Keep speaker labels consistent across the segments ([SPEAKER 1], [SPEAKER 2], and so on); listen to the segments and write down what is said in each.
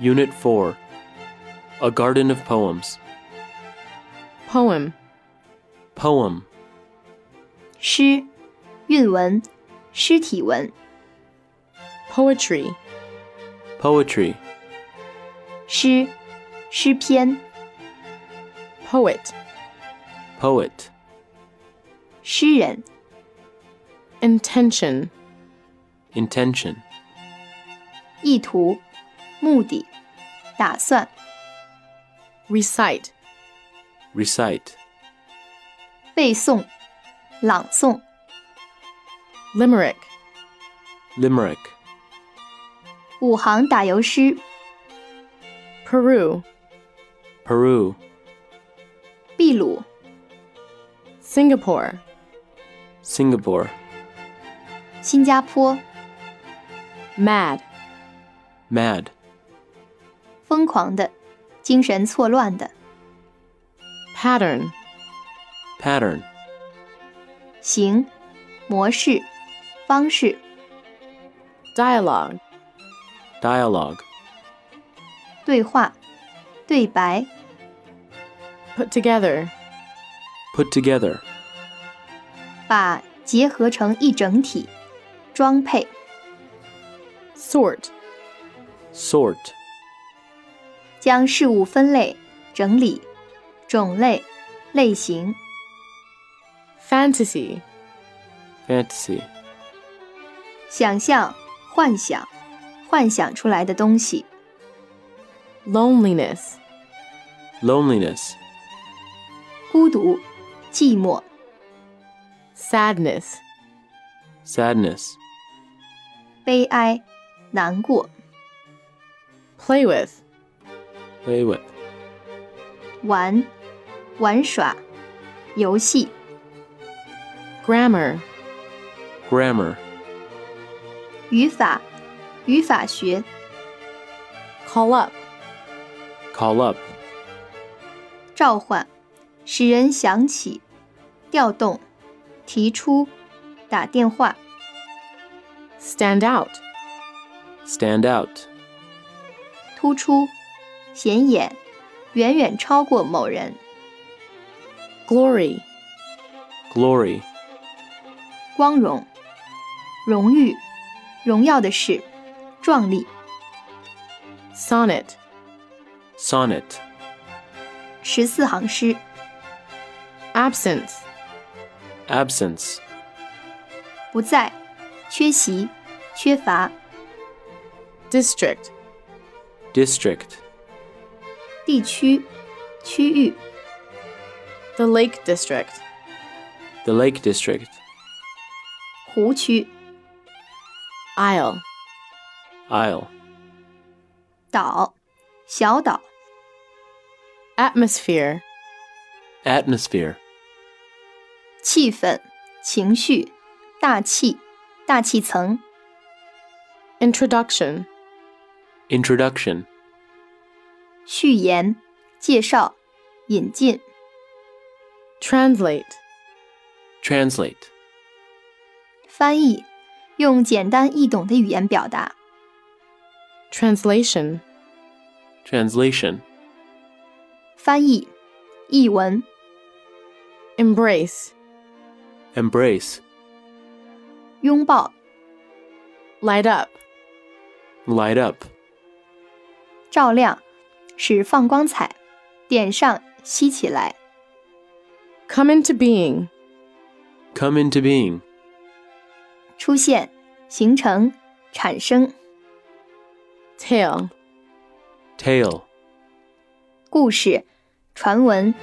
[SPEAKER 1] Unit 4 A Garden of Poems.
[SPEAKER 2] poem,
[SPEAKER 1] Poem
[SPEAKER 3] 诗、韵文、诗体文、
[SPEAKER 2] poetry,
[SPEAKER 1] Poetry
[SPEAKER 3] 诗、诗篇、
[SPEAKER 2] poet,
[SPEAKER 1] Poet
[SPEAKER 3] 诗人、
[SPEAKER 2] intention,
[SPEAKER 1] Intention
[SPEAKER 3] 意图、目的、打算、
[SPEAKER 2] recite,
[SPEAKER 1] Recite
[SPEAKER 3] 背诵、朗诵、
[SPEAKER 2] limerick,
[SPEAKER 1] Limerick
[SPEAKER 3] 五行打油诗、
[SPEAKER 2] Peru,
[SPEAKER 1] Peru
[SPEAKER 3] 秘鲁、
[SPEAKER 2] Singapore,
[SPEAKER 1] Singapore
[SPEAKER 3] 新加坡、
[SPEAKER 2] mad,
[SPEAKER 1] Mad
[SPEAKER 3] 疯狂的、精神错乱的、
[SPEAKER 2] pattern,
[SPEAKER 1] Pattern
[SPEAKER 3] 形、模式、方式、
[SPEAKER 2] dialogue,
[SPEAKER 1] Dialogue
[SPEAKER 3] 对话、对白、
[SPEAKER 2] put together,
[SPEAKER 1] Put Together
[SPEAKER 3] 把结合成一整体、装配、
[SPEAKER 2] sort,
[SPEAKER 1] Sort
[SPEAKER 3] 将事物分类、整理、种类、类型、
[SPEAKER 2] fantasy,
[SPEAKER 1] Fantasy
[SPEAKER 3] 想象、幻想、幻想出来的东西、
[SPEAKER 2] loneliness,
[SPEAKER 1] Loneliness
[SPEAKER 3] 孤独、寂寞、
[SPEAKER 2] sadness,
[SPEAKER 1] Sadness
[SPEAKER 3] 悲哀、难过、
[SPEAKER 2] play with,
[SPEAKER 1] Play with
[SPEAKER 3] 玩、玩耍、游戏、
[SPEAKER 2] grammar,
[SPEAKER 1] Grammar
[SPEAKER 3] 语法、语法学、
[SPEAKER 2] call up,
[SPEAKER 1] Call Up
[SPEAKER 3] 召唤，使人想起、调动、提出、打电话、
[SPEAKER 2] stand out,
[SPEAKER 1] Stand Out
[SPEAKER 3] 突出、显眼、远远超过某人、
[SPEAKER 2] glory,
[SPEAKER 1] Glory
[SPEAKER 3] 光荣、荣誉、荣耀的事、壮丽、
[SPEAKER 2] sonnet,
[SPEAKER 1] Sonnet
[SPEAKER 3] 十四行诗、
[SPEAKER 2] absence,
[SPEAKER 1] Absence
[SPEAKER 3] 不在、缺席、缺乏、
[SPEAKER 2] district,
[SPEAKER 1] District
[SPEAKER 3] 地区、区域、
[SPEAKER 2] the lake district,
[SPEAKER 1] The Lake District
[SPEAKER 3] 湖区、
[SPEAKER 2] isle,
[SPEAKER 1] Isle
[SPEAKER 3] 岛、小岛、
[SPEAKER 2] atmosphere,
[SPEAKER 1] Atmosphere
[SPEAKER 3] 气氛、情绪、大气、大气层、
[SPEAKER 2] introduction,
[SPEAKER 1] Introduction
[SPEAKER 3] 序言、介绍、引进、
[SPEAKER 2] translate,
[SPEAKER 1] Translate
[SPEAKER 3] 翻译，用简单易懂的语言表达。
[SPEAKER 2] translation,
[SPEAKER 1] Translation
[SPEAKER 3] 翻译、译文、
[SPEAKER 2] embrace,
[SPEAKER 1] Embrace
[SPEAKER 3] 拥抱、
[SPEAKER 2] light up,
[SPEAKER 1] Light Up
[SPEAKER 3] 照亮，使放光彩，点上，吸起来。
[SPEAKER 2] come into being,
[SPEAKER 1] Come into being
[SPEAKER 3] 出现、形成、产生、
[SPEAKER 2] tail,
[SPEAKER 1] Tail
[SPEAKER 3] 故事、传闻、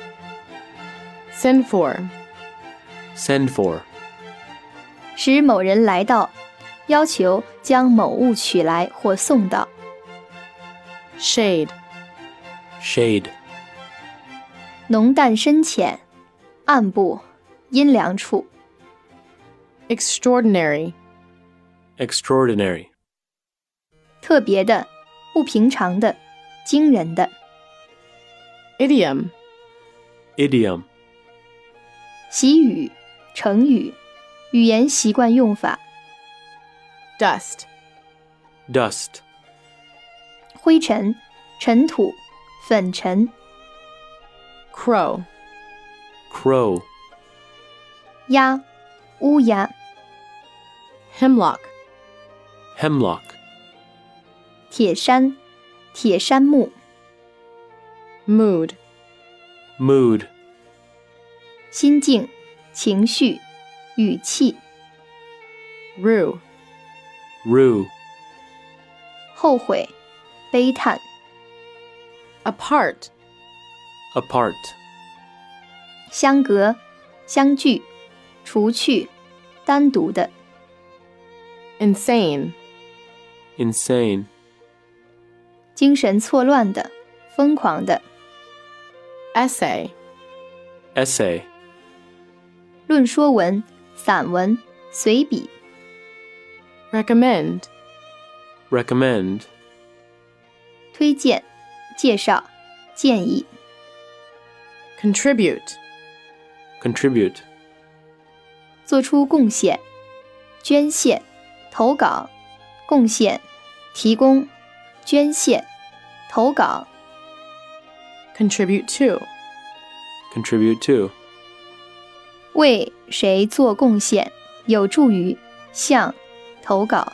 [SPEAKER 2] send for,
[SPEAKER 1] Send for
[SPEAKER 3] 使某人来到，要求将某物取来或送到。
[SPEAKER 2] shade,
[SPEAKER 1] Shade
[SPEAKER 3] 浓淡深浅，暗部、阴凉处，
[SPEAKER 2] extraordinary,
[SPEAKER 1] Extraordinary
[SPEAKER 3] 特别的、不平常的、惊人的、
[SPEAKER 2] idiom,
[SPEAKER 1] Idiom
[SPEAKER 3] 习语、成语、语言习惯用法、
[SPEAKER 2] dust,
[SPEAKER 1] Dust
[SPEAKER 3] 灰灰尘、尘土、粉尘。
[SPEAKER 2] crow,
[SPEAKER 1] crow,
[SPEAKER 3] 鸦，乌鸦。
[SPEAKER 2] hemlock,
[SPEAKER 1] hemlock,
[SPEAKER 3] 铁杉，铁杉木。
[SPEAKER 2] mood,
[SPEAKER 1] mood,
[SPEAKER 3] 心境、情绪、语气。
[SPEAKER 2] rue,
[SPEAKER 1] rue,
[SPEAKER 3] 后悔、悲叹。
[SPEAKER 2] apart,
[SPEAKER 1] apart,
[SPEAKER 3] 相隔、相距、除去、单独的
[SPEAKER 2] insane,
[SPEAKER 1] insane,
[SPEAKER 3] 精神错乱的、疯狂的
[SPEAKER 2] essay,
[SPEAKER 1] essay,
[SPEAKER 3] 论说文、散文、随笔、
[SPEAKER 2] recommend,
[SPEAKER 1] recommend,
[SPEAKER 3] 推荐、介绍、建议、
[SPEAKER 2] contribute,
[SPEAKER 1] contribute,
[SPEAKER 3] 做出贡献、捐献、投稿、贡献、提供、捐献、投稿、
[SPEAKER 2] contribute to,
[SPEAKER 1] contribute to,
[SPEAKER 3] 为谁做贡献，有助于向投稿。